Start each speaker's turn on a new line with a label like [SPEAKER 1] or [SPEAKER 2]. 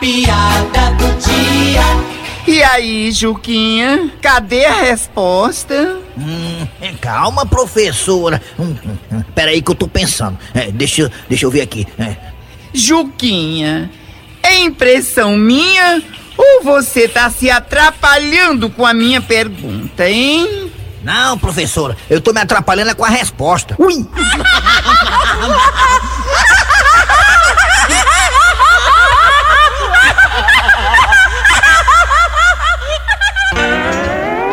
[SPEAKER 1] piada do dia.
[SPEAKER 2] E aí, Juquinha, cadê a resposta?
[SPEAKER 3] Hum, calma, professora. Hum, hum, hum, peraí que eu tô pensando. É, deixa, deixa eu ver aqui. É,
[SPEAKER 2] Juquinha, é impressão minha ou você tá se atrapalhando com a minha pergunta, hein?
[SPEAKER 3] Não, professora, eu tô me atrapalhando é com a resposta. Ui!